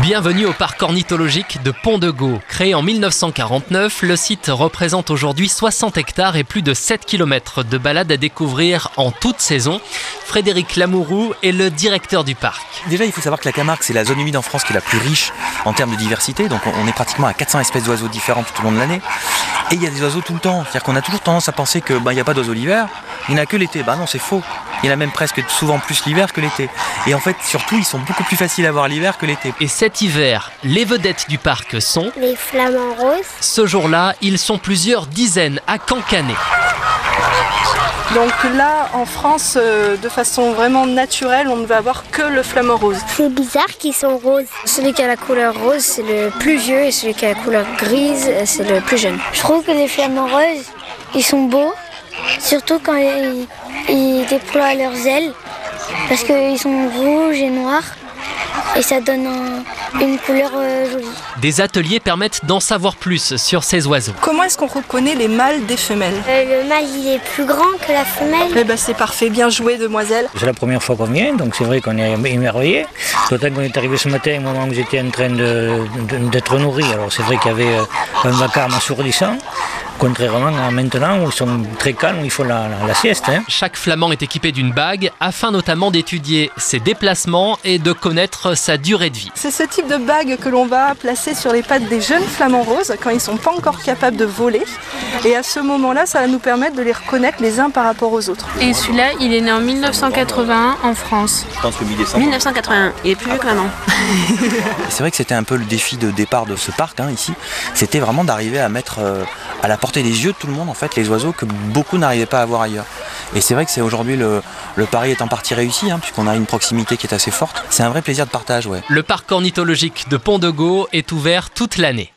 Bienvenue au parc ornithologique de Pont-de-Gau. Créé en 1949, le site représente aujourd'hui 60 hectares et plus de 7 km de balades à découvrir en toute saison. Frédéric Lamourou est le directeur du parc. Déjà, il faut savoir que la Camargue, c'est la zone humide en France qui est la plus riche en termes de diversité. Donc, on est pratiquement à 400 espèces d'oiseaux différentes tout au long de l'année. Et il y a des oiseaux tout le temps. C'est-à-dire qu'on a toujours tendance à penser qu'il ben, n'y a pas d'oiseaux l'hiver, il n'y en a que l'été. Ben non, c'est faux. Il y en a même presque souvent plus l'hiver que l'été. Et en fait, surtout, ils sont beaucoup plus faciles à voir l'hiver que l'été. Et cet hiver, les vedettes du parc sont. Les flamants roses. Ce jour-là, ils sont plusieurs dizaines à Cancanet. Donc là, en France, euh, de façon vraiment naturelle, on ne va avoir que le flamant rose. C'est bizarre qu'ils sont roses. Celui qui a la couleur rose, c'est le plus vieux et celui qui a la couleur grise, euh, c'est le plus jeune. Je trouve que les flamants roses, ils sont beaux, surtout quand ils, ils déploient leurs ailes, parce qu'ils sont rouges et noirs, et ça donne un- une couleur euh, jolie. Des ateliers permettent d'en savoir plus sur ces oiseaux. Comment est-ce qu'on reconnaît les mâles des femelles Euh, le mâle, il est plus grand que la femelle. Eh ben c'est parfait, bien joué demoiselle. C'est la première fois qu'on vient, donc c'est vrai qu'on est émerveillé. D'autant qu'on est arrivé ce matin au moment où j'étais en train de- de- d'être nourri. Alors c'est vrai qu'il y avait euh, un vacarme assourdissant, contrairement à maintenant où ils sont très calmes, où ils font la, la- la sieste. hein. Chaque flamand est équipé d'une bague afin notamment d'étudier ses déplacements et de connaître sa durée de vie. C'est ce type de bague que l'on va placer sur les pattes des jeunes flamants roses quand ils ne sont pas encore capables de voler. Et à ce moment-là, ça va nous permettre de les reconnaître les uns par rapport aux autres. Et celui-là, il est né en 1981 en France. Je pense que mi-décembre. 1981, il est plus vieux que maman. C'est vrai que c'était un peu le défi de départ de ce parc hein, ici. C'était vraiment d'arriver à mettre euh, à la portée des yeux de tout le monde en fait les oiseaux que beaucoup n'arrivaient pas à voir ailleurs. Et c'est vrai que c'est aujourd'hui le, le pari est en partie réussi hein, puisqu'on a une proximité qui est assez forte. C'est un vrai plaisir de partage ouais. Le parc ornithologique de Pont-de-Gau est ouvert toute l'année.